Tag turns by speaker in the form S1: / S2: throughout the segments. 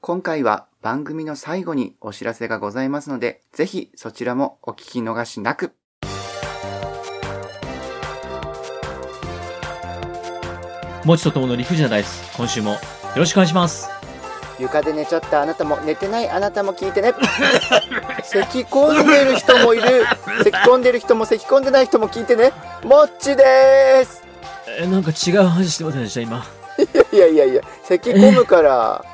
S1: 今回は番組の最後にお知らせがございますので、ぜひそちらもお聞き逃しなく。
S2: もちとともの理不尽なダイス、今週もよろしくお願いします。
S1: 床で寝ちゃったあなたも寝てないあなたも聞いてね。 咳込んでる人もいる。咳込んでる人も咳込んでない人も聞いてね。もっちです。
S2: え、なんか違う話してませんでした、今。
S1: いやいやいや、咳込むから、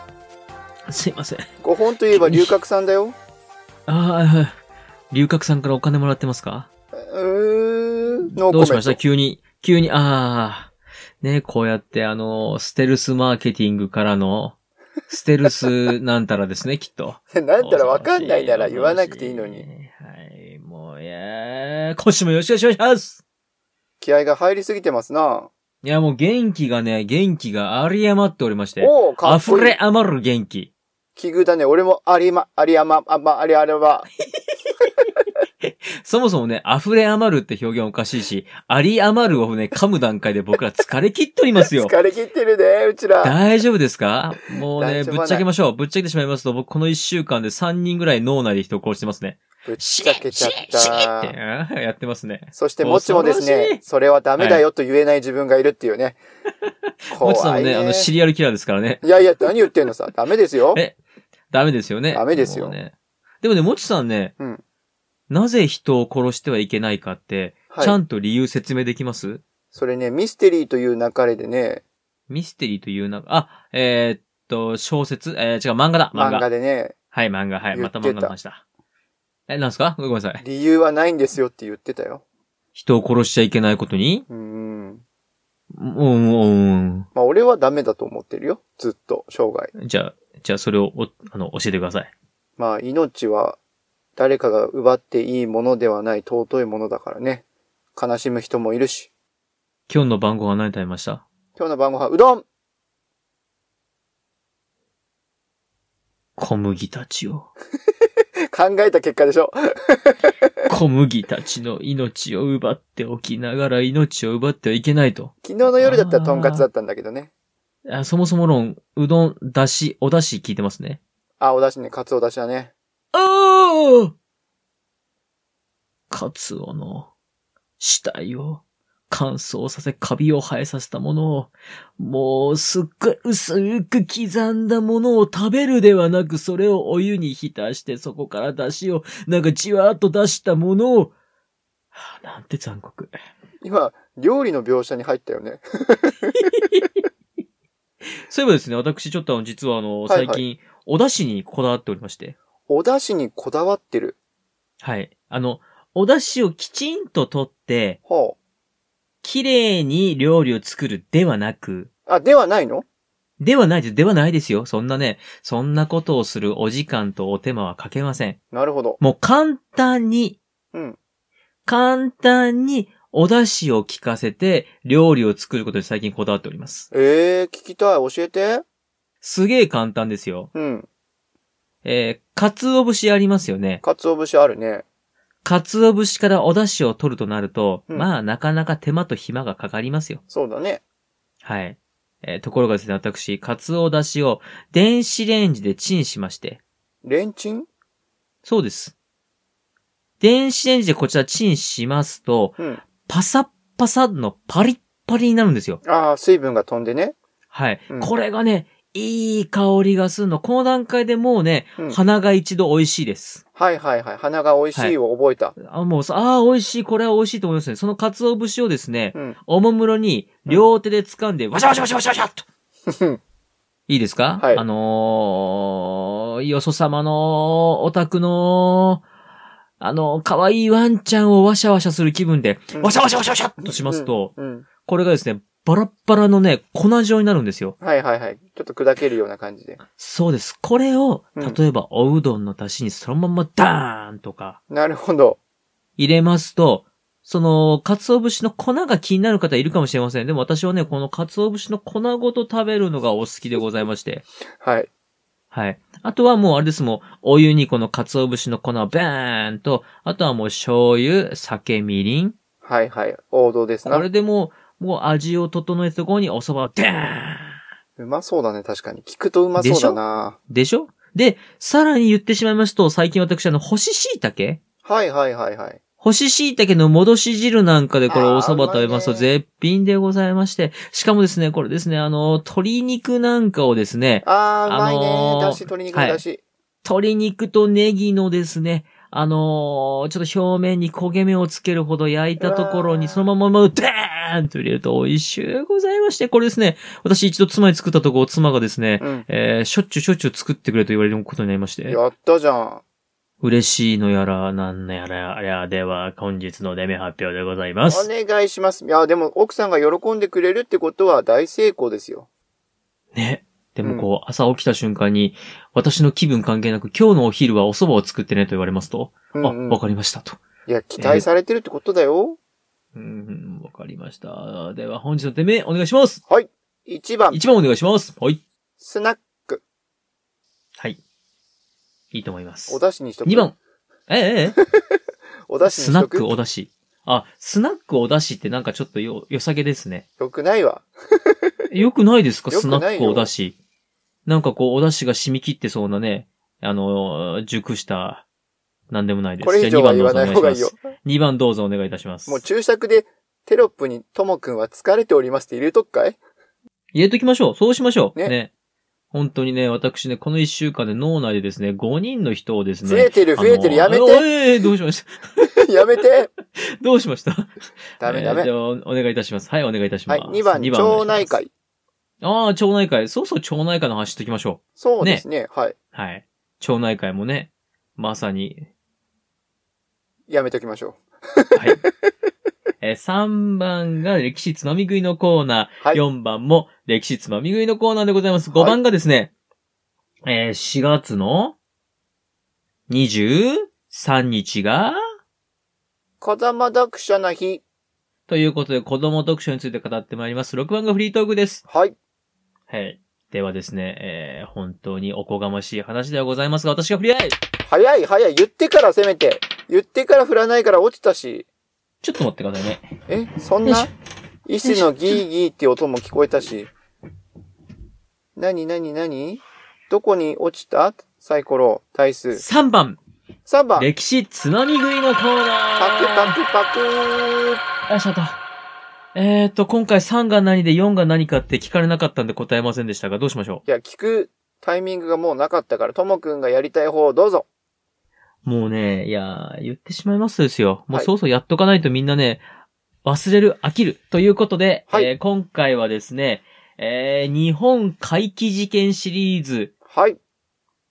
S2: すいません。
S1: 5本といえ ば龍角散だよ。
S2: ああ、龍角さんからお金もらってますか
S1: うーん、ノーコメント
S2: どうしました急に、急に、ああ、ね、こうやってあの、ステルスマーケティングからの、ステルスなんたらで すね、きっと。
S1: なんたらわかんないなら言わなくていいのに。。
S2: はい、もう、いやー今週もよろしくお願いします
S1: 気合が入りすぎてますな。
S2: いや、もう元気がね、元気があり余っておりまして。
S1: おお、かっこ
S2: 溢
S1: いい
S2: れ。余る元気。
S1: 奇遇だね。俺も、ありま、ありあま、あま、ありあれば。
S2: そもそもね、溢れ余るって表現おかしいし、あり余るをね、噛む段階で僕ら疲れ切っておりますよ。
S1: 疲れ切ってるね、うちら。
S2: 大丈夫ですかもう
S1: 大丈夫は
S2: ね、
S1: ない
S2: ぶっちゃけましょう。ぶっちゃけてしまいますと、僕この一週間で3人ぐらい脳内で人を殺してますね。
S1: ぶっちゃけちゃっ
S2: シーって
S1: た。
S2: あーやってますね。
S1: そして、もっちもです
S2: 恐ろ
S1: ね
S2: し、い
S1: それはダメだよと言えない自分がいるっていうね。
S2: も
S1: 怖
S2: ちさんも
S1: い
S2: ね、あの、
S1: ね。
S2: シリアルキラーですからね。
S1: いやいや、何言ってんのさ。ダメですよ。
S2: えダメですよね。
S1: ダメですよ
S2: もうねでもね、もちさんね、
S1: うん
S2: なぜ人を殺してはいけないかって、
S1: はい
S2: ちゃんと理由説明できます
S1: それね、ミステリーという流れでね、
S2: ミステリーというな、あ、えーっと、小説、えー違う、漫画だ、
S1: 漫画でね、
S2: はい、漫画、はい。
S1: 言って
S2: ま
S1: た
S2: た漫画の話だ。え、なんすかごめんなさい。
S1: 理由はないんですよって言ってたよ。
S2: 人を殺しちゃいけないことに
S1: うーん。
S2: うん、うん、
S1: まあ、俺はダメだと思ってるよ。ずっと、生涯。
S2: うん。じゃあ、じゃあそれをお、あの、教えてください。
S1: まあ、命は誰かが奪っていいものではない尊いものだからね。悲しむ人もいるし。
S2: 今日の晩ご飯何食べました
S1: 今日の晩ご飯、うどん
S2: 小麦たちを。
S1: 考えた結果でしょ。
S2: 小麦たちの命を奪っておきながら命を奪ってはいけないと。
S1: 昨日の夜だったらとんかつだったんだけどね。
S2: あそもそも論、うどん、だし、おだし聞いてますね。
S1: あ、お出汁ね、カツオ出汁だね。
S2: おーカツオの死体を乾燥させカビを生えさせたものを、もうすっごい薄く刻んだものを食べるではなく、それをお湯に浸して、そこから出汁をなんかじわーっと出したものを、はあなんて残酷。
S1: 今、料理の描写に入ったよね。
S2: そういえばですね、私ちょっとあの、実はあの、
S1: はいはい
S2: 最近、お出汁にこだわっておりまして。
S1: お出汁にこだわってる。
S2: はい。あの、お出汁をきちんと取って、
S1: ほ
S2: 綺麗に料理を作るではなく、
S1: う。あ、ではないの
S2: ではないです。ではないですよ。そんなね、そんなことをするお時間とお手間はかけません。
S1: なるほど。
S2: もう簡単に、
S1: うん。
S2: 簡単にお出汁を効かせて料理を作ることに最近こだわっております。
S1: ええー、聞きたい。教えて。
S2: すげえ簡単ですよ。
S1: うん。
S2: えー、かつお節ありますよね。
S1: かつお節あるね。
S2: かつお節からお出汁を取るとなると、
S1: うん
S2: まあなかなか手間と暇がかかりますよ。
S1: そうだね。
S2: はい。えーところがですね、私、カツオだしを電子レンジでチンしまして。
S1: レンチン
S2: そうです。電子レンジでこちらチンしますと、
S1: うん。
S2: パサッパサのパリッパリになるんですよ。
S1: ああ、水分が飛んでね。
S2: はい。
S1: うん
S2: これがね、いい香りがするの。この段階でもうね、
S1: うん
S2: 鼻が一度美味しいです。
S1: はいはいはい。花が美味しいを覚えた。
S2: あ、もうさ、ああ、美味しい、これは美味しいと思いますね。そのカツオ節をですね、
S1: うん。
S2: おもむろに両手で掴んで、わしゃわしゃわしゃわしゃわしゃっと。 いいですか
S1: はい
S2: あのー、よそ様のお宅の、あの、可愛いワンちゃんをわしゃわしゃする気分で、
S1: うん
S2: わしゃわしゃわしゃわしゃっとしますと、
S1: うん。
S2: これがですね、バラッバラのね、粉状になるんですよ。
S1: はいはいはい。ちょっと砕けるような感じで。
S2: そうです。これを、
S1: うん
S2: 例えばおうどんの出汁にそのままダーンとか
S1: なるほど。
S2: 入れますと、その、鰹節の粉が気になる方いるかもしれません。でも私はね、この鰹節の粉ごと食べるのがお好きでございまして。
S1: はい。
S2: はい。あとはもうあれですもん、お湯にこの鰹節の粉をバーンと、あとはもう醤油、酒、みりん。
S1: はいはい。王道です
S2: こ
S1: な。
S2: れでもう、もう味を整えたところにお蕎麦をダーン
S1: うまそうだね、確かに。聞くとうまそうだな。
S2: でしょで、さらに言ってしまいますと、最近私あの、干し椎茸
S1: はいはいはいはい。
S2: 干し椎茸の戻し汁なんかでこれ
S1: あー
S2: お蕎麦食べますと
S1: うまいね
S2: 絶品でございまして、しかもですね、これですね、あの、鶏肉なんかをですね、
S1: あー、うまい
S2: あの
S1: ね。
S2: ー
S1: だし、鶏肉のだし。
S2: 鶏肉とネギのですね、あのーちょっと表面に焦げ目をつけるほど焼いたところに、
S1: うわー
S2: そのまま、でーンと入れると美味しゅうございまして、これですね、私一度妻に作ったとこ、妻がですね、
S1: うん。
S2: えーしょっちゅうしょっちゅう作ってくれと言われることになりまして、
S1: やったじゃん。
S2: 嬉しいのやら、なんのやら、あや、では、本日のデメ発表でございま
S1: お
S2: す。
S1: 願いします。いや、でも奥さんが喜んでくれるってことは大成功ですよ。
S2: ね。でもこう、朝起きた瞬間に、私の気分関係なく、今日のお昼はお蕎麦を作ってねと言われますと、
S1: うんうん
S2: あ、わかりましたと。
S1: いや、期待されてるってことだよ。
S2: うん、わかりました。では、本日の点名、お願いします。
S1: 1番、
S2: 一番お願いします。はい。
S1: スナック、
S2: はい。いいと思います
S1: お。出しにしとく。
S2: 二。番。えええ
S1: お
S2: え、
S1: 出しに
S2: ス
S1: し
S2: ナ
S1: と
S2: ッ
S1: く。
S2: クお出し。あ、スナックお出しってなんかちょっとよ、良さげですね。
S1: よくないわ。
S2: よくないですか
S1: よ
S2: ス
S1: くな
S2: ナ
S1: いよ
S2: ックお出し。なんかこう、お出汁が染み切ってそうなね、あの、熟した、なんでもないです。
S1: これ以上は言わない方がいいよ。
S2: 2番どうぞお願いいたします。
S1: もう注釈でテロップにともくんは疲れておりますって入れとくかい
S2: 入れときましょう。そうしましょう。ね。
S1: ね
S2: 本当にね、私ね、この一週間で脳内でですね、5人の人をですね。
S1: 増えてる増えてるや
S2: あの
S1: め
S2: お
S1: て
S2: えーどうしました
S1: やめて
S2: どうしました
S1: ダメ
S2: えー
S1: ダメ
S2: じ。ゃあ、お願いいたします。はい、お願いいたしま
S1: は
S2: す。
S1: い、2番、
S2: 二
S1: 町内。
S2: お願いし
S1: 会。
S2: ますああ、町内会。そうそう、町内会の話していきましょ
S1: そうですね。はい。
S2: う。はい。町内会もね、まさに。
S1: やめときましょ
S2: はい。えー、3番が歴史つまみ食いのコーナー。
S1: う。はい。
S2: 4番も歴史つまみ食いのコーナーでございます。5番がですね、えー4月の23日が、
S1: 風間読者な日。
S2: ということで子供読書について語ってまいります。6番がフリートークです。
S1: はい。
S2: はい。ではですね、えー本当におこがましい話ではございますが、私が振り合い
S1: 早い早い。言ってからせめて。言ってから振らないから落ちたし。
S2: ちょっと待ってくださいね。
S1: え、そんな
S2: よ
S1: 医師のギーギーって音も聞こえたし。なになになにどこに落ちたサイコロ、対数。
S2: 3番、
S1: 3番、
S2: 歴史つまみ食いのコーナー。
S1: パクパクパクー
S2: よいしょと。えーと、今回3が何で4が何かって聞かれなかったんで答えませんでしたが、どうしましょ
S1: い
S2: う
S1: や、聞くタイミングがもうなかったから、ともくんがやりたい方をどうぞ。
S2: もうね、いやー、言ってしまいますとですよ。もう
S1: はい
S2: そろそろやっとかないとみんなね、忘れる、飽きる。ということで、
S1: はい
S2: えー今回はですね、えー、日本回帰事件シリーズ、
S1: はい。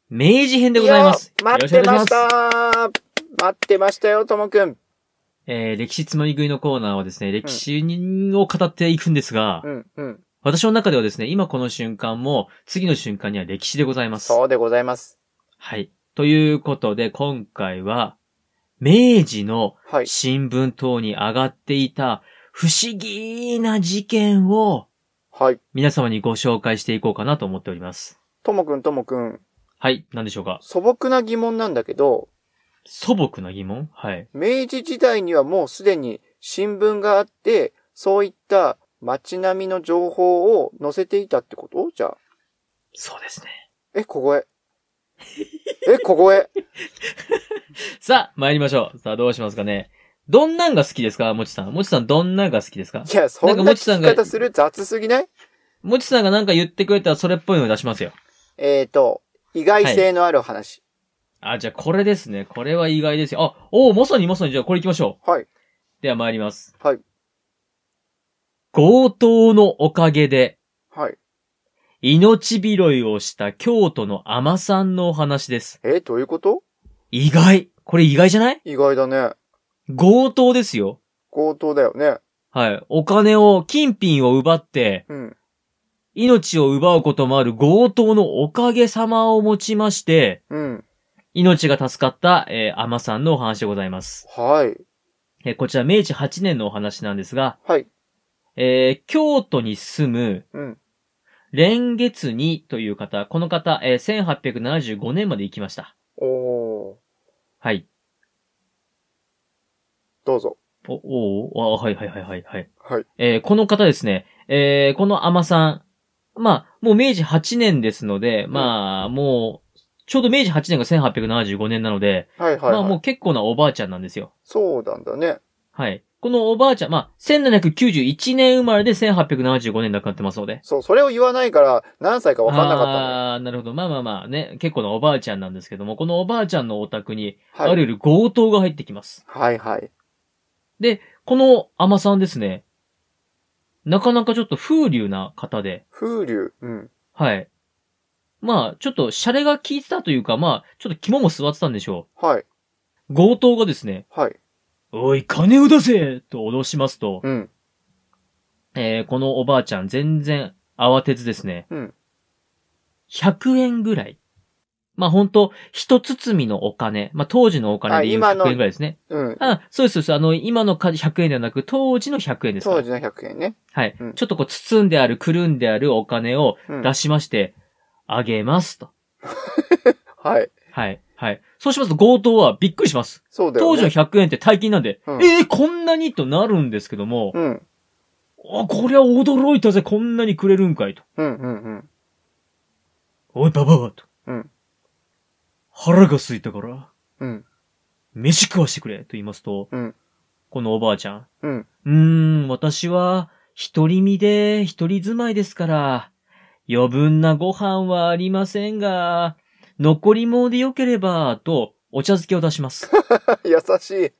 S2: 明治編でございます。
S1: よ待っ
S2: よ
S1: て
S2: ろくお願
S1: ま
S2: い
S1: し
S2: します。
S1: た待ってましたよ、ともくん。
S2: えー、歴史つまみ食いのコーナーはですね、歴史を語っていくんですが、
S1: うん、うん。
S2: 私の中ではですね、今この瞬間も、次の瞬間には歴史でございます。
S1: そうでございます。
S2: はい。ということで、今回は、明治の
S1: はい。
S2: 新聞等に上がっていた不思議な事件を
S1: はい。
S2: 皆様にご紹介していこうかなと思っております。
S1: ともくん、ともくん。
S2: はい、何でしょうか
S1: 素朴な疑問なんだけど、
S2: 素朴な疑問はい。
S1: 明治時代にはもうすでに新聞があって、そういった街並みの情報を載せていたってことじゃあ。
S2: そうですね。
S1: え、小声。え、小声。
S2: さあ、参りましょう。さあ、どうしますかね。どんなんが好きですかもちさん。もちさん、どんなんが好きですか
S1: いや、そん
S2: なん
S1: な
S2: か
S1: 聞
S2: もちさん
S1: き
S2: が
S1: 方する雑すぎない
S2: もちさんがなんか言ってくれたらそれっぽいの出しますよ。
S1: えーと、意外性のある話。
S2: あ、じゃあこれですね。これは意外ですよ。あ、おお、まさにまさに、じゃあこれ行きましょう。
S1: はい。
S2: では参ります。
S1: はい。
S2: 強盗のおかげで、
S1: はい。
S2: 命拾いをした京都の尼さんのお話です。
S1: えどういうこと
S2: 意外。これ意外じゃない
S1: 意外だね。
S2: 強盗ですよ。
S1: 強盗だよね。
S2: はい。お金を、金品を奪って、
S1: うん。
S2: 命を奪うこともある強盗のおかげさまをもちまして、
S1: うん。
S2: 命が助かった、えー、尼さんのお話でございます。
S1: はい。
S2: えーこちら明治8年のお話なんですが、
S1: はい。
S2: えー京都に住む、
S1: うん。
S2: 蓮月にという方、この方、えー1875年まで行きました。
S1: おー。
S2: はい。
S1: どうぞ。
S2: お、おーおー、あはいはいはいはいはい。
S1: はい。
S2: えーこの方ですね、えーこのアマさん、まあ、もう明治8年ですので、まあ、もう、ちょうど明治8年が1875年なので、
S1: はいはい、はい。
S2: まあもう結構なおばあちゃんなんですよ。
S1: そうなんだね。
S2: はい。このおばあちゃん、まあ、1791年生まれで1875年亡くなってますので。
S1: そう、それを言わないから、何歳か分かんなかったのよ。
S2: ああー、なるほど。まあまあまあね、結構なおばあちゃんなんですけども、このおばあちゃんのお宅に、
S1: はい
S2: ある夜強盗が入ってきます。
S1: はいはい。
S2: この甘さんですね、なかなかちょっと風流な方で、
S1: 風流。うん。
S2: はい。まあ、ちょっとシャレが効いてたというか、まあ、ちょっと肝も座ってたんでしょ
S1: はい。
S2: う。強盗がですね、
S1: はい。
S2: おい、金を出せと脅しますと、
S1: うん。
S2: えーこのおばあちゃん全然慌てずですね。
S1: うん
S2: 100円ぐらい。まあ、ほんと、一包みのお金。まあ、当時のお金で言う
S1: あ今の
S2: 100円ぐらいですね。
S1: うん。
S2: あそうです、そうです。あの、今のか100円ではなく、当時の100円ですか
S1: 当
S2: ら。
S1: 時の100円ね。
S2: はい、
S1: うん
S2: ちょっとこう、包んである、くるんであるお金を
S1: うん。
S2: 出しまして、あ、げますと。
S1: はい。
S2: はい。はい。そうしますと、強盗はびっくりします。
S1: そうだよ
S2: 当
S1: ね。
S2: 時の100円って大金なんで、
S1: うん
S2: えー、こんなにとなるんですけども、
S1: うん。
S2: あ、こりゃ驚いたぜ、こんなにくれるんかいと。
S1: うんうんうん。
S2: おい、ババアと。
S1: うん
S2: 腹が空いたから、
S1: うん。
S2: 飯食わしてくれと言いますと、
S1: うん
S2: このおばあちゃん。
S1: うん。
S2: うーん、私は、一人身で、一人住まいですから、余分なご飯はありませんが、残り物でよければ、と、お茶漬けを出 します。
S1: 優しい。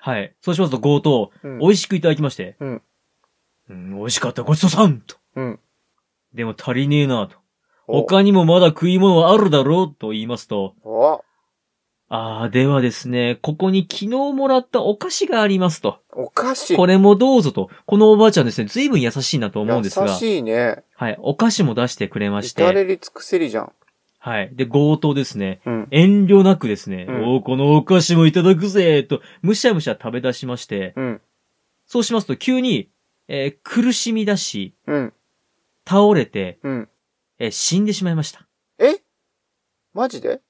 S2: はい。そうしますと、強盗、
S1: うん。
S2: 美味しくいただきまして、
S1: うん
S2: うん美味しかった、ごちそうさんと。
S1: うん
S2: でも足りねえな、と。
S1: お
S2: 他にもまだ食い物はあるだろう、と言いますと、
S1: お
S2: ああ、ではですね、ここに昨日もらったお菓子がありますと。
S1: お菓子。
S2: これもどうぞと。このおばあちゃんですね、随分優しいなと思うんです
S1: 優
S2: が。
S1: しいね。
S2: はい。お菓子も出してくれまし
S1: 至
S2: て。
S1: れり尽くせりじゃん。
S2: はい。で、強盗ですね。
S1: うん。
S2: 遠慮なくですね、
S1: うん
S2: おーこのお菓子もいただくぜと、むしゃむしゃ食べ出しまして。
S1: うん。
S2: そうしますと、急に、えー苦しみ出し、
S1: うん。
S2: 倒れて、
S1: うん。
S2: えー死んでしまいました。
S1: えマジで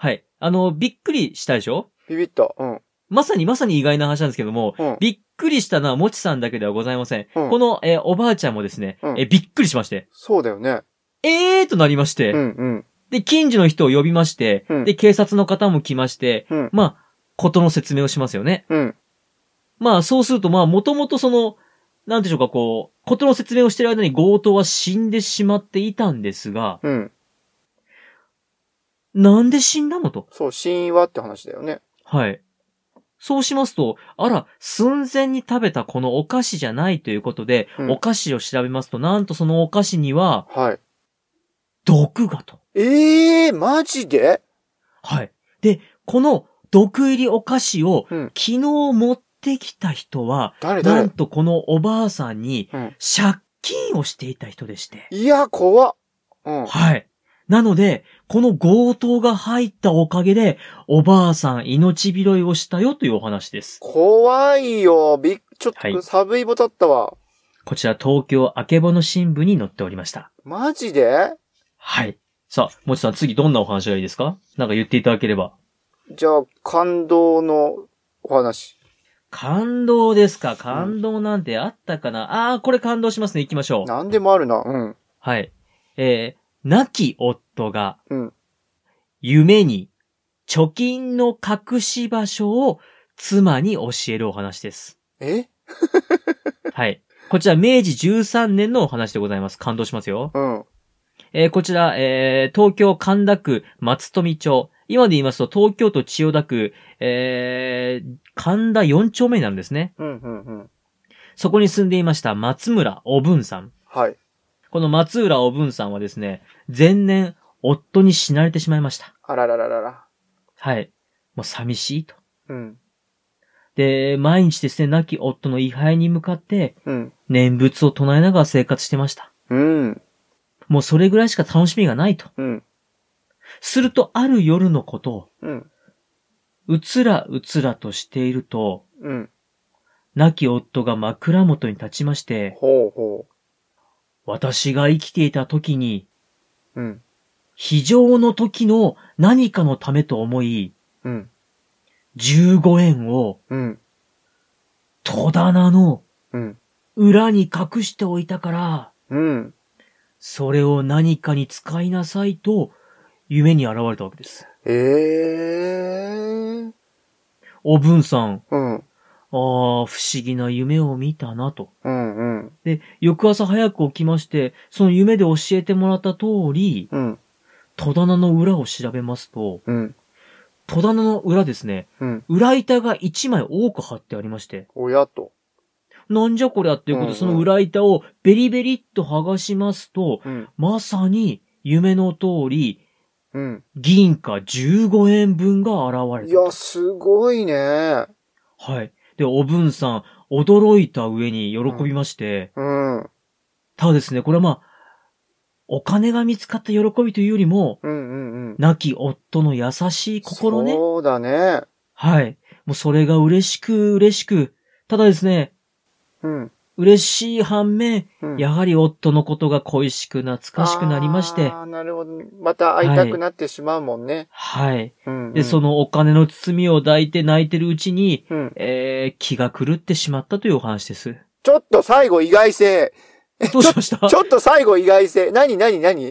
S2: はい。あの、びっくりしたでしょ
S1: ビビった。うん。
S2: まさにまさに意外な話なんですけども、
S1: うん。
S2: びっくりしたのはもちさんだけではございません。
S1: うん
S2: この、えーおばあちゃんもですね、
S1: うん
S2: えーびっくりしまして、
S1: そうだよね。
S2: えーとなりまして、
S1: うんうん。
S2: で、近所の人を呼びまして、
S1: うん
S2: で、警察の方も来まして、
S1: うん。
S2: まあ、ことの説明をしますよね。
S1: うん。
S2: まあ、そうすると、まあ、もともとその、なんでしょうか、こう、ことの説明をしている間に強盗は死んでしまっていたんですが、
S1: うん。
S2: なんで死んだのと。
S1: そう、死因はって話だよね。
S2: はい。そうしますと、あら、寸前に食べたこのお菓子じゃないということで、
S1: うん
S2: お菓子を調べますと、なんとそのお菓子には、
S1: はい。
S2: 毒がと。
S1: ええー、マジで
S2: はい。で、この毒入りお菓子を、
S1: うん
S2: 昨日持ってきた人は、
S1: 誰
S2: な
S1: 誰
S2: んとこのおばあさんに
S1: うん、
S2: 借金をしていた人でして。
S1: いや、怖っ。うん。
S2: はい。なので、この強盗が入ったおかげで、おばあさん命拾いをしたよというお話です。
S1: 怖いよ。びっ、ちょっ
S2: はい
S1: と、サブイボだったわ。
S2: こちら東京あけぼの新聞に載っておりました。
S1: マジで
S2: はい。さあ、もちさん次どんなお話がいいですかなんか言っていただければ。
S1: じゃあ、感動のお話。
S2: 感動ですか感動なんてあったかな、ああ、これ感動しますね。行きましょう。
S1: なんでもあるな。うん。
S2: はい。えー、亡き夫が、
S1: うん
S2: 夢に、貯金の隠し場所を妻に教えるお 話です。
S1: え
S2: はい。こちら、明治13年のお話でございます。感動しますよ。
S1: うん。
S2: えーこちら、えー東京神田区松富町。今で言いますと、東京都千代田区、えー神田4丁目になるんですね。
S1: うん、うん、うん。
S2: そこに住んでいました松村おぶんさん。
S1: はい。
S2: この松浦おぶんさんはですね、前年、夫に死なれてしまいました。
S1: あららららら。
S2: はい。もう寂しいと。
S1: うん。
S2: で、毎日ですね、亡き夫の位牌に向かって、
S1: うん。
S2: 念仏を唱えながら生活してました。
S1: うん。
S2: もうそれぐらいしか楽しみがないと。
S1: うん。
S2: すると、ある夜のことを、
S1: うん。
S2: うつらうつらとしていると、
S1: うん。
S2: 亡き夫が枕元に立ちまして、
S1: ほうほ
S2: 私が生きていた時に、
S1: う。うん。
S2: 非常の時の何かのためと思い、
S1: うん。
S2: 15円を
S1: うん。
S2: 戸棚の
S1: うん。
S2: 裏に隠しておいたから、
S1: うん。
S2: それを何かに使いなさいと、夢に現れたわけです。
S1: ええー。
S2: おぶんさん、
S1: うん。うん
S2: ああ、不思議な夢を見たなと。
S1: うん。
S2: で、翌朝早く起きまして、その夢で教えてもらった通り、
S1: うん。
S2: 戸棚の裏を調べますと、
S1: うん。
S2: 戸棚の裏ですね、
S1: うん。
S2: 裏板が1枚多く貼ってありまして、
S1: 親と。
S2: なんじゃこりゃっていうこと
S1: うんう
S2: で、
S1: ん
S2: その裏板をベリベリっと剥がしますと、
S1: うん。
S2: まさに夢の通り、
S1: うん。
S2: 銀貨15円分が現
S1: い
S2: れた。
S1: や、すごいね。
S2: はい。で、おぶんさん、驚いた上に喜びまして、
S1: うん。うん
S2: ただですね、これはまあ、お金が見つかった喜びというよりも、
S1: うんうん。
S2: 亡き夫の優しい心ね。
S1: そうだね。
S2: はい。もうそれが嬉しく嬉しく。ただですね、
S1: うん。
S2: 嬉しい反面、
S1: うん
S2: やはり夫のことが恋しく懐かしくなりまして、
S1: あーなるほど。また会いたくなってしまうもんね。
S2: はい。
S1: うん。
S2: で、そ
S1: の、
S2: のお金の包みを抱いて泣いてるうちに、
S1: うん。
S2: えー、気が狂ってしまったというお話です。
S1: ちょっと最後意外性。
S2: どうしました
S1: ちょっと最後意外性。何何何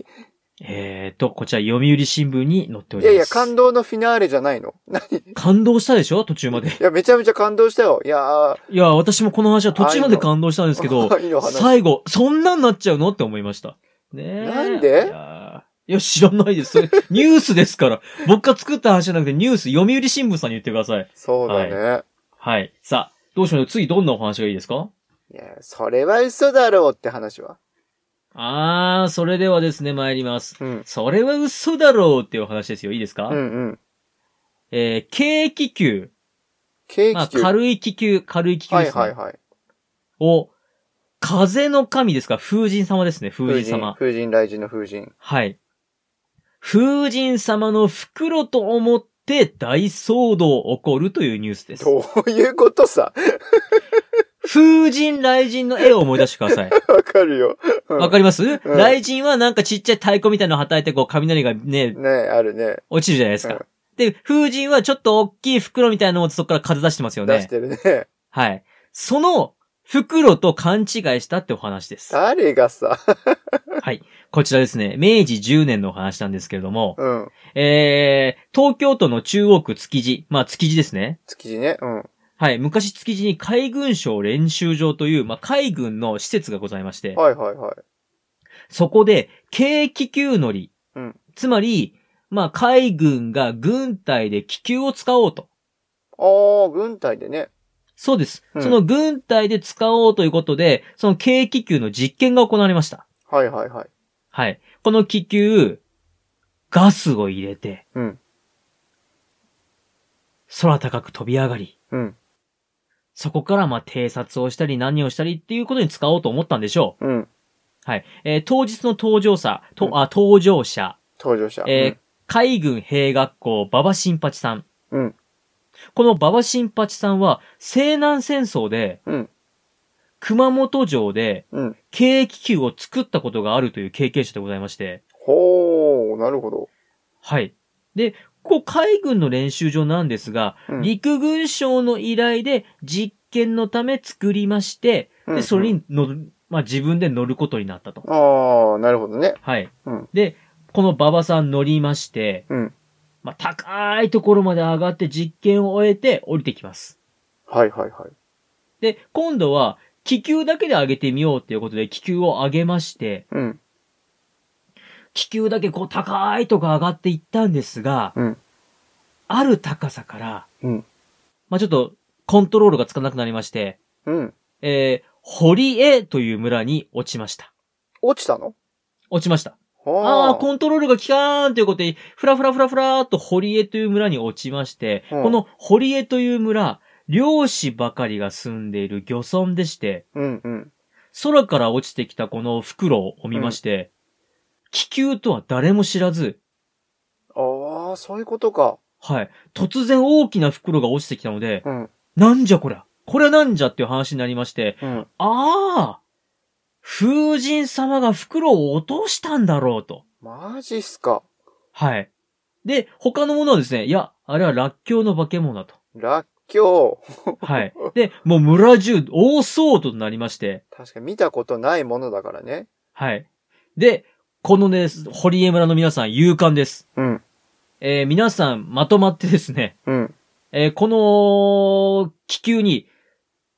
S1: い
S2: えーと、こちら読売新聞に載っておりま
S1: や
S2: す。
S1: いや、感動のフィナーレじゃないの。 何い
S2: 感動したでしょ途中まで。
S1: や、めちゃめちゃ感動したよ。いやー、
S2: いや、私もこの話は途中まで感動したんですけど、
S1: いいの話。
S2: 最後、そんなんなっちゃうのって思いました。ねえ
S1: なんで
S2: いやーいや、知らないです。それ ニュースですから。僕が作った話じゃなくて、ニュース、読売新聞さんに言ってください。
S1: そうだね。
S2: はい。さあ、どうしましょう次どんなお話がいいですか
S1: い、や、それは嘘だろうって話は。
S2: あー、それではですね、参ります。
S1: うん。
S2: それは嘘だろうっていうお話ですよ。いいですか、
S1: うんうん。
S2: えー、軽気球。
S1: ケ
S2: ま
S1: ー
S2: あ、
S1: キ級。
S2: 軽い気球、軽い気球
S1: は
S2: で
S1: い
S2: すね。
S1: はいはい。
S2: を、風の神ですか風神様ですね、風神様。
S1: 風神雷神の風神。
S2: はい。風神様の袋と思って大騒動起こるというニュースです。
S1: どういうことさ。
S2: 風神雷神の絵を思い出してください。
S1: わかるよ。 うん
S2: わかります、雷神はなんかちっちゃい太鼓みたいなのを叩いてこう雷がね、
S1: ねあるね。
S2: 落ちるじゃないです
S1: うん
S2: か。で、風神はちょっと大きい袋みたいなのを持ってそこから風出してますよ
S1: 出し
S2: ね。
S1: てるね。
S2: はい。その袋と勘違いしたってお話です。
S1: 誰がさ。
S2: こちらですね、明治10年のお話なんですけれども、
S1: うん。
S2: えー、東京都の中央区築地、まあ築地ですね。
S1: 築地ね。うん。
S2: はい、昔築地に海軍省練習場という、まあ、海軍の施設がございまして、
S1: はいはいはい。
S2: そこで、軽気球乗り、
S1: うん
S2: つまり、まあ、海軍が軍隊で気球を使おうと。
S1: ああ、軍隊でね。
S2: そうです。
S1: うん
S2: その軍隊で使おうということで、その軽気球の実験が行われました。
S1: はいはいはい。
S2: はい。この気球、ガスを入れて、
S1: うん。
S2: 空高く飛び上がり、
S1: うん。
S2: そこからまあ偵察をしたり何をしたりっていうことに使おうと思ったんでしょう。
S1: うん。
S2: はい。えー当日の登場者、と
S1: うん
S2: あ登場者、
S1: 登場者。
S2: えー海軍兵学校、馬場新八さん。
S1: うん
S2: この馬場新八さんは、西南戦争で、
S1: うん
S2: 熊本城で、
S1: うん。うん。
S2: 軽気球を作ったことがあるという経験者でございまして、
S1: ほー、なるほど。
S2: はい。で、ここ海軍の練習場なんですが、
S1: うん
S2: 陸軍省の依頼で実験のため作りまして、
S1: うん
S2: で、それに乗る、まあ、自分で乗ることになったと。
S1: ああ、なるほどね。
S2: はい。
S1: うん
S2: で、この馬場さん乗りまして、
S1: うん。
S2: まあ、高いところまで上がって実験を終えて降りてきます。
S1: はいはいはい。
S2: で、今度は気球だけで上げてみようっていうことで気球を上げまして、
S1: うん。
S2: 気球だけこう高いとこ上がっていったんですが、
S1: うん
S2: ある高さから、
S1: うん
S2: まあ、ちょっとコントロールがつかなくなりまして、
S1: うん。
S2: えー、堀江という村に落ちました。
S1: 落ちたの
S2: 落ちました。ああー、
S1: は
S2: コントロールが効かーんということで、ふらふらふらふらーっと堀江という村に落ちまして、
S1: うん
S2: この堀江という村、漁師ばかりが住んでいる漁村でして、
S1: あ。うんうん。
S2: 空から落ちてきたこの袋を見まして、気球とは誰も知らず、
S1: ああ、そういうことか。
S2: はい、突然大きな袋が落ちてきたので、
S1: うん。
S2: なんじゃこりゃこれはなんじゃっていう話になりまして、
S1: うん。
S2: ああ風神様が袋を落としたんだろうと。
S1: マジっすか。
S2: はい。で、他のものはですね、いや、あれはらっきょうの化け物だと。
S1: らっきょう。
S2: はい。で、もう村中、大騒動となりまして、
S1: 確かに見たことないものだからね。
S2: はい。で、このね、堀江村の皆さん、勇敢です。
S1: うん。
S2: えー皆さん、まとまってですね、
S1: うん。
S2: えーこの気球に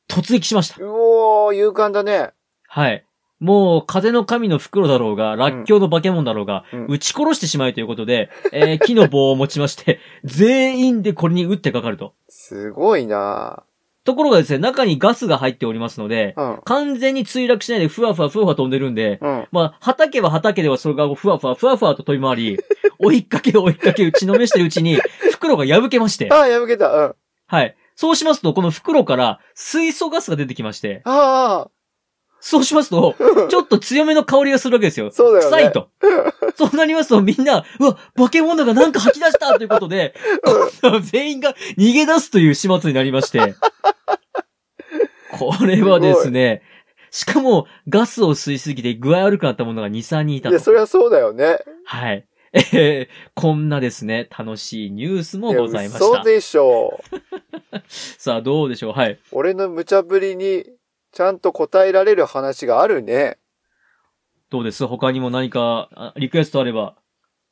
S2: 突撃しました。
S1: うおー、勇敢だね。
S2: はい。もう、風の神の袋だろうが、らっきょうの化け物だろうが、
S1: うん
S2: 撃ち殺してしまえということで、えー木の棒を持ちまして、全員でこれに撃ってかかると。
S1: すごいな
S2: ところがですね、中にガスが入っておりますので、
S1: うん。
S2: 完全に墜落しないでふわふわふわふわ飛んでるんで、
S1: うん。
S2: まあ、畑は畑ではそれがふわふわふわふわと飛び回り、追いかけ追いかけ打ちのめしてるうちに、袋が破けまして
S1: あ、ー、破けた。うん。
S2: はい。そうしますと、この袋から水素ガスが出てきまして、
S1: あ
S2: そうしますと、
S1: あ、
S2: ちょっと強めの香りがするわけですよ。
S1: そうだよね。
S2: 臭い。 と。そうなりますと、みんな、うわ、化け物がなんか吐き出したということで、今度は全員が逃げ出すという始末になりまして。これはですね、しかも、ガスを吸いすぎて具合悪くなったものが2、3人いた
S1: いや、
S2: と。
S1: そりゃそうだよね。
S2: はい。 えーこんなですね、楽しいニュースもございまし
S1: そう
S2: た。
S1: でしょう。
S2: さあ、どうでしょうはい。
S1: 俺の無茶ぶりに、ちゃんと答えられる話があるね。
S2: どうです他にも何か、あリクエストあれば。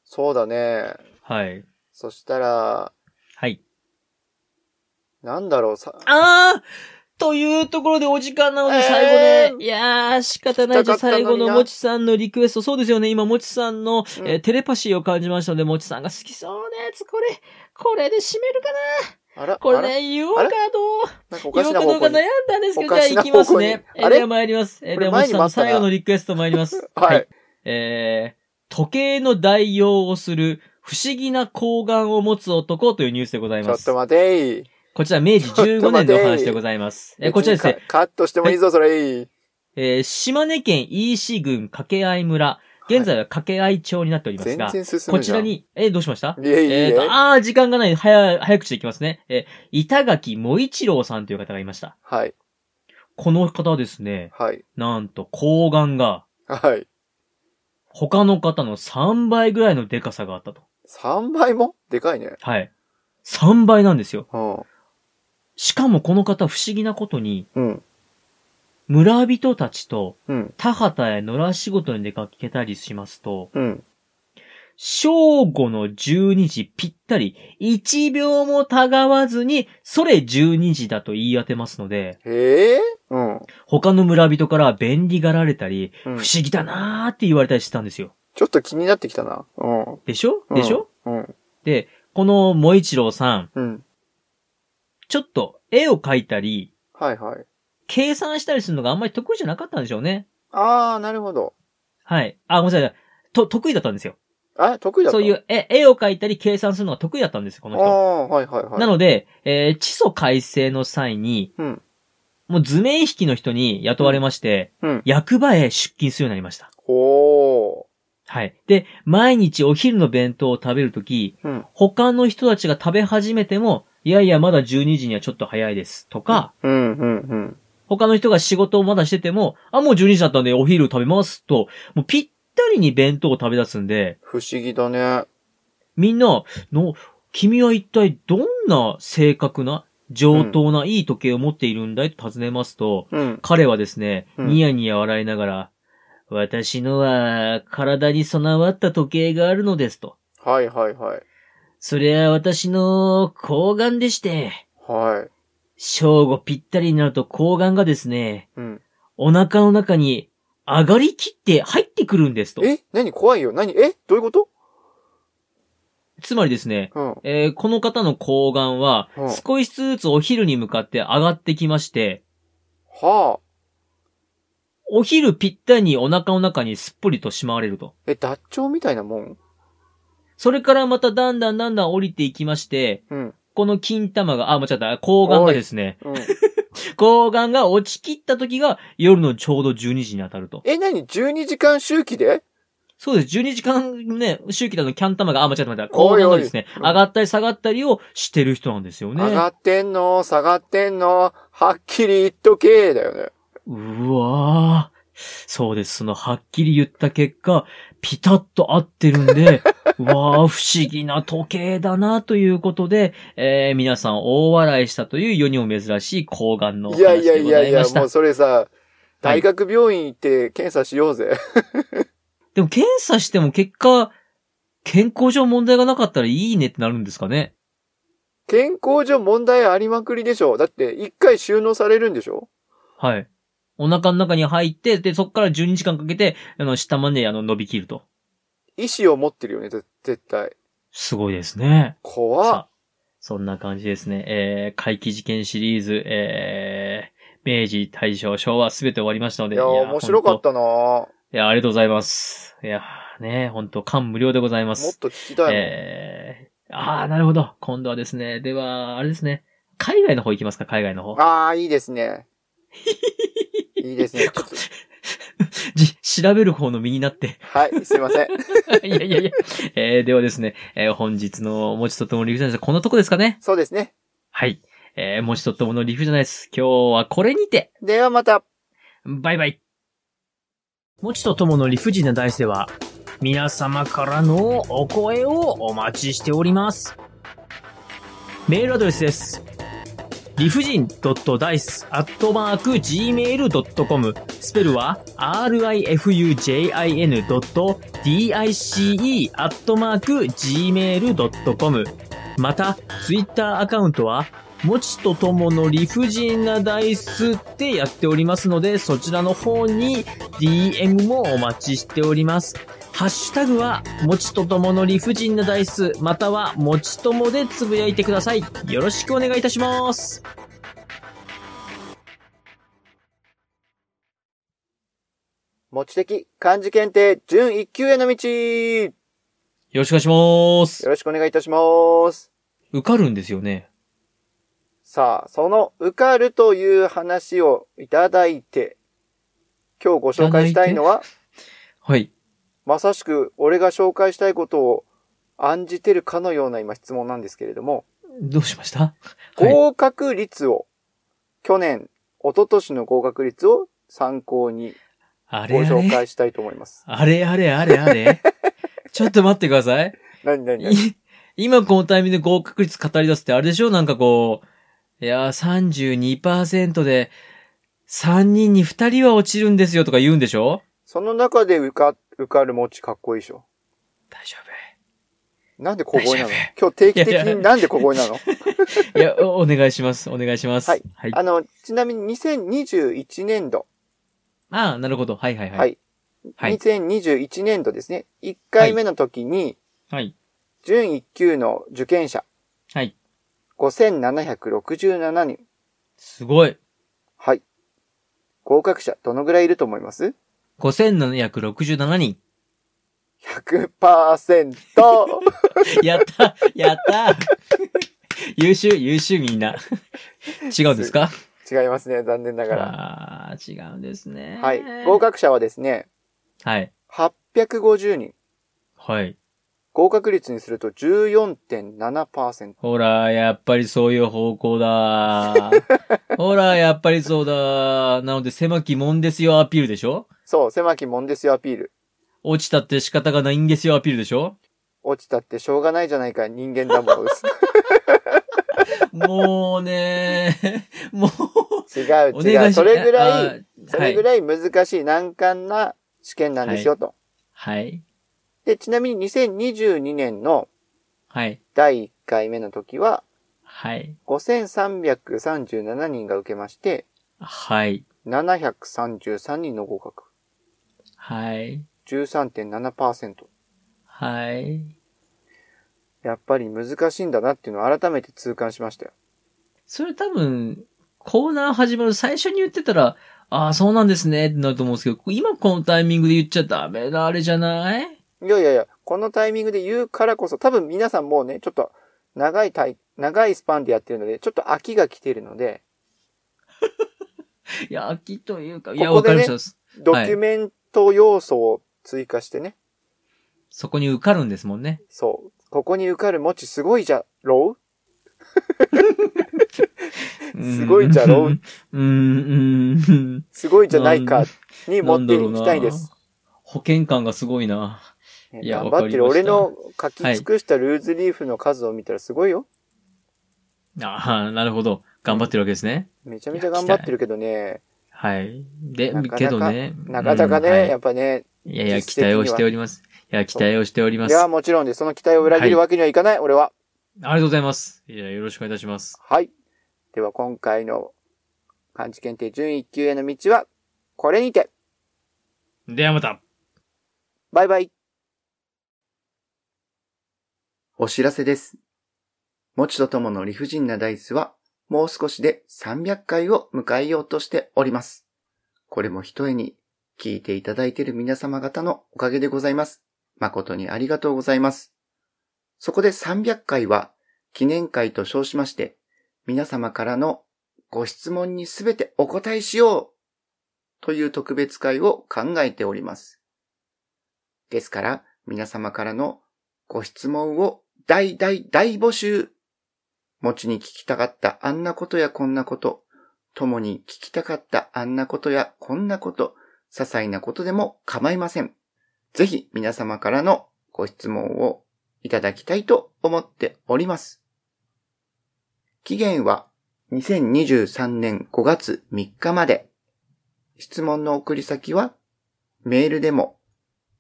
S1: そうだね。
S2: はい。
S1: そしたら、
S2: はい。
S1: なんだろう、さ、
S2: あーというところでお時間なので最後
S1: え
S2: ね。
S1: ー
S2: いやー、仕方ないじゃ
S1: 聞きたかったのに
S2: 最
S1: な
S2: 後のもちさんのリクエスト。そうですよね。今、もちさんの、
S1: うん
S2: えーテレパシーを感じましたので、もちさんが好きそうなやつ、これ、これで締めるかな
S1: あら、
S2: これ
S1: あら
S2: ね、言おうか
S1: あ
S2: ど
S1: れ
S2: う
S1: なんかおか
S2: 言お
S1: し
S2: う
S1: な
S2: か
S1: 方
S2: どう
S1: 向
S2: か悩ん
S1: に。
S2: だんです
S1: お
S2: けど、じゃ
S1: か
S2: あ
S1: しな
S2: 行きま
S1: 方
S2: すね。
S1: 向に
S2: え
S1: あ
S2: ー
S1: れ
S2: では参ります。えー
S1: これ
S2: では、も
S1: 前に
S2: ちさんの
S1: もあったな
S2: 最後のリクエスト参ります。
S1: はい。。
S2: えー、時計の代用をする不思議な睾丸を持つ男というニュースでござい
S1: ちょ
S2: ま
S1: っ
S2: す
S1: と。待てい。
S2: こちら明治15年のお話でございます。えーこちらですね
S1: 別、にカ。カットしてもいいぞ、それいい。
S2: えー島根県飯市郡掛合村、現在は掛合町になっております
S1: 全
S2: が、
S1: 然進むじゃん。
S2: こちら。に、えーどうしました
S1: いえい
S2: え
S1: え
S2: っ、。と、あー、時間がない。早、早口でいきますね。えー板垣萌一郎さんという方がいました。
S1: はい。
S2: この方はですね、
S1: はい。
S2: なんと、睾丸が、
S1: はい。
S2: 他の方の3倍ぐらいのデカさがあったと。
S1: 3倍もでかいね。
S2: はい。3倍なんですよ。
S1: うん。
S2: しかもこの方不思議なことに、
S1: うん。
S2: 村人たちと
S1: うん。
S2: 田畑へ野良仕事に出かけたりしますと、
S1: うん。
S2: 正午の12時ぴったり、1秒もたがわずに、それ12時だと言い当てますので、
S1: へえうん。うん。
S2: 他の村人から便利がられたり、不思議だなーって言われたりしてたんですよ。
S1: ちょっと気になってきたな。うん。
S2: でしょでしょ、
S1: うん。
S2: で、この萌一郎さん、
S1: うん。
S2: ちょっと絵を描いたり、
S1: はいはい。
S2: 計算したりするのがあんまり得意じゃなかったんでしょうね。
S1: あー、なるほど。
S2: はい。あ、ごめんなさい。と、得意だったんですよ。
S1: あ、得意だった
S2: そういう絵、絵を描いたり計算するのが得意だったんですよ、こ
S1: あ
S2: の人。
S1: ー、はいはいはい。
S2: なので、えー、地租改正の際に、
S1: うん
S2: もう図面引きの人に雇われまして、
S1: うん
S2: 役場へ出勤するようになりました。
S1: ほ
S2: はい。で、毎日お昼の弁当を食べるとき、
S1: ー。うん。
S2: 他の人たちが食べ始めても、いやいや、まだ12時にはちょっと早いです。とか、
S1: うん、うん、うん。
S2: 他の人が仕事をまだしてても、あ、もう12時だったんでお昼食べます。と、もうぴったりに弁当を食べ出すんで、
S1: 不思議だね。
S2: みんな、の、君は一体どんな正確な、上等ないい時計を持っているんだいと尋ねますと、
S1: うん。
S2: 彼はですね、
S1: うん
S2: ニヤニヤ笑いながら、私のは体に備わった時計があるのですと。
S1: はいはいはい。
S2: そりゃ私の睾丸でして、
S1: はい。
S2: 正午ぴったりになると睾丸がですね、
S1: うん。
S2: お腹の中に上がりきって入ってくるんですと。
S1: え何怖いよ。何えどういうこと
S2: つまりですね、
S1: うん。
S2: えーこの方の睾丸は
S1: うん
S2: 少しずつお昼に向かって上がってきまして、
S1: はあ。
S2: お昼ぴったりにお腹の中にすっぽりとしまわれると。
S1: え、脱腸みたいなもん
S2: それからまただんだんだんだん降りていきまして、
S1: うん。
S2: この金玉が、あ、間違った、睾丸がですね、
S1: うん。
S2: 睾丸が落ちきった時が夜のちょうど12時に当たると。
S1: え、何 ?12 時間周期で
S2: そうです。12時間ね、周期だとキャン玉が、あ、間違った、間違った、睾丸がですね、
S1: おいおい
S2: 上がったり下がったりをしてる人なんですよね。
S1: 上がってんの下がってんのはっきり言っとけだよね。
S2: うわーそうです。その、はっきり言った結果、ピタッと合ってるん で、うわー不思議な時計だな、ということで、えー、皆さん大笑いしたという世にも珍しい睾丸のお
S1: い
S2: 話
S1: やいや
S2: で
S1: い
S2: ござ
S1: やい
S2: いま
S1: や、
S2: した
S1: もう。それさ、大学病院行って検査しようぜ。
S2: でも検査しても結果、健康上問題がなかったらいいねってなるんですかね。
S1: 健康上問題ありまくりでしょ。だって、一回収納されるんでしょ
S2: はい。お腹の中に入って、で、そこから12時間かけて、あの、下まで、あの、伸びきると。
S1: 意思を持ってるよね、ぜ絶対。
S2: すごいですね。
S1: 怖っ。
S2: さあそんな感じですね。えー、怪奇事件シリーズ、えー、明治、大正、昭和、すべて終わりましたの
S1: い
S2: で。
S1: やー、面白かっ
S2: ほんと。
S1: たなーも
S2: いや、ありがとうございます。いやー、ね、本当感無量でございま
S1: っ
S2: す。
S1: と聞きたいもん。
S2: えー、あー、なるほど。今度はですね、では、あれですね。海外の方行きますか、海外の方。
S1: ああ、いいです ね。いいですね。ちょっと
S2: じ、調べる方の身になって。
S1: はい、すいません。
S2: いやいやいや。えー、ではですね、えー本日のもちとっとものリフじゃないです。こんなとこですかね
S1: そうですね。
S2: はい。えー、もちとっとものリフじゃないです。今日はこれにて
S1: ではまた。
S2: バイバイ。もちとともの理不尽な大世は、皆様からのお声をお待ちしております。メールアドレスです。理不尽 .dice.gmail.com スペルは rifujin.dice.gmail.com また、ツイッターアカウントは、もちとともの理不尽なダイスってやっておりますので、そちらの方に DM もお待ちしております。ハッシュタグは、もちとともの理不尽なダイス、または、もちともでつぶやいてください。よろしくお願いいたします。
S1: 持ち的漢字検定準一級への道よ
S2: よろしくお願いします。
S1: ろしくお願いいたします。
S2: 受かるんですよね。
S1: さあ、その受かるという話をいただいて、今日ご紹介したいのは、
S2: はい。
S1: まさしく俺が紹介したいことを案じてるかのような今質問なんですけれども、
S2: どうしましたはい。
S1: 合格率を、去年、一昨年の合格率を参考に
S2: あ
S1: ご
S2: れあ
S1: 紹
S2: れ
S1: 介したいと思います。
S2: あれあれあれ あれちょっと待ってください。
S1: 何何何
S2: い今このタイミングで合格率語り出すってあれでしょなんかこう、いやー、32%で、3人に2人は落ちるんですよとか言うんでしょ
S1: その中で受か、受かる持ちかっこいいでしょ。
S2: 大丈
S1: なんで小声なの
S2: 大丈
S1: 今日定期的
S2: いやいや
S1: になんで小声なの
S2: 夫。いや、おお願いします。お願いします。
S1: はい。
S2: はい。
S1: あ
S2: あ
S1: の、ちなみに2021年度、
S2: あ、なるほど。はいはいはい。
S1: はい。
S2: はい。
S1: 2021年度ですね、1回目の時に、
S2: はい。
S1: 準1級の受験者
S2: はい。
S1: 5767人。
S2: すごい。
S1: はい。合格者、どのぐらいいると思います
S2: 5767人。
S1: ?100%!
S2: やったやった優秀、優秀み んな。違うんですか
S1: 違いますね、残念ながら。
S2: ああー、違うんですね。
S1: はい。合格者はですね、
S2: はい。
S1: 850人。
S2: はい。
S1: 合格率にすると14.7%。
S2: ほら、やっぱりそういう方 向だ。ほら、やっぱりそうだ。なので、狭きもんですよアピールでしょ
S1: そう、狭きもんですよ、アピール。
S2: 落ちたって仕方がないんですよアピールでしょ
S1: 落ちたってしょうがないじゃないか、人間だもの です。
S2: も うねもう、
S1: 違う
S2: お願いし
S1: 違
S2: ま
S1: う。
S2: す。
S1: それぐらい、
S2: あ
S1: それぐらい難しい難関な試験なんですよ、と。
S2: はい。はい。
S1: で、ちなみに2022年の
S2: はい。
S1: 第1回目の時は、
S2: はい。
S1: 5337人が受けまして、
S2: はい。
S1: 733人の合格。
S2: はい。
S1: 13.7%。
S2: はい。
S1: やっぱり難しいんだなっていうのを改めて痛感しましたよ。
S2: それ多分、コーナー始まる最初に言ってたら、ああ、そうなんですねってなると思うんですけど、今このタイミングで言っちゃダメなあれじゃない
S1: いやいやいや、このタイミングで言うからこそ、多分皆さんもうね、ちょっと長いタイ、長いスパンでやってるので、ちょっと飽きが来てるので、
S2: いや、秋というか、い
S1: こ
S2: や、
S1: こ
S2: わ
S1: で
S2: か
S1: ね
S2: りました。
S1: ドキュメント要素を追加してね、
S2: そこに受かるんですもんね。
S1: そう、ここに受かる持ちすごいじゃろう すごいじゃろ
S2: うん、うん、うん。
S1: すごいじゃないかに持っ
S2: なん
S1: て
S2: だろう
S1: い
S2: な
S1: きたいです。。
S2: 保険感がすごいな。
S1: ね
S2: いや
S1: 頑張ってる
S2: わか
S1: 俺
S2: りまし
S1: の書
S2: た
S1: き尽くしたルーズリーフの数を見たらすごいよ。
S2: ああ、なるほど。頑張ってるわけですね。
S1: めちゃめちゃ頑張ってるけどね、
S2: はい。で、
S1: なかなか
S2: けどね。
S1: なかなかね、
S2: うんはい
S1: やっぱね、
S2: いやいや、
S1: 実
S2: 期
S1: 績に
S2: 待
S1: は
S2: をしております。いや、期待をしておりま
S1: い
S2: す。
S1: や、
S2: あり
S1: もちろんで、その期待を裏切るわけにはいかない、俺は。
S2: がとうございます。いや、よろしくお願いいたします。
S1: はい。では、今回の漢字検定準1級への道は、これにて、
S2: ではまた。
S1: バイバイ。お知らせです。もちとともの理不尽なダイスは、もう少しで300回を迎えようとしております。これもひとえに、聞いていただいている皆様方のおかげでございます。誠にありがとうございます。そこで300回は、記念会と称しまして、皆様からのご質問にすべてお答えしようという特別会を考えております。ですから、皆様からのご質問を大大大募集持ちに聞きたかったあんなことやこんなこと、共に聞きたかったあんなことやこんなこと、些細なことでも構いません。ぜひ皆様からのご質問をいただきたいと思っております。期限は2023年5月3日まで。質問の送り先はメールでも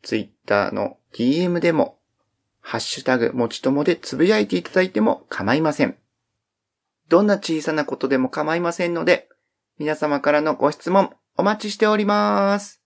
S1: ツイッターの DM でも、ハッシュタグ、もちともでつぶやいていただいても構いません。どんな小さなことでも構いませんので、皆様からのご質問お待ちしております。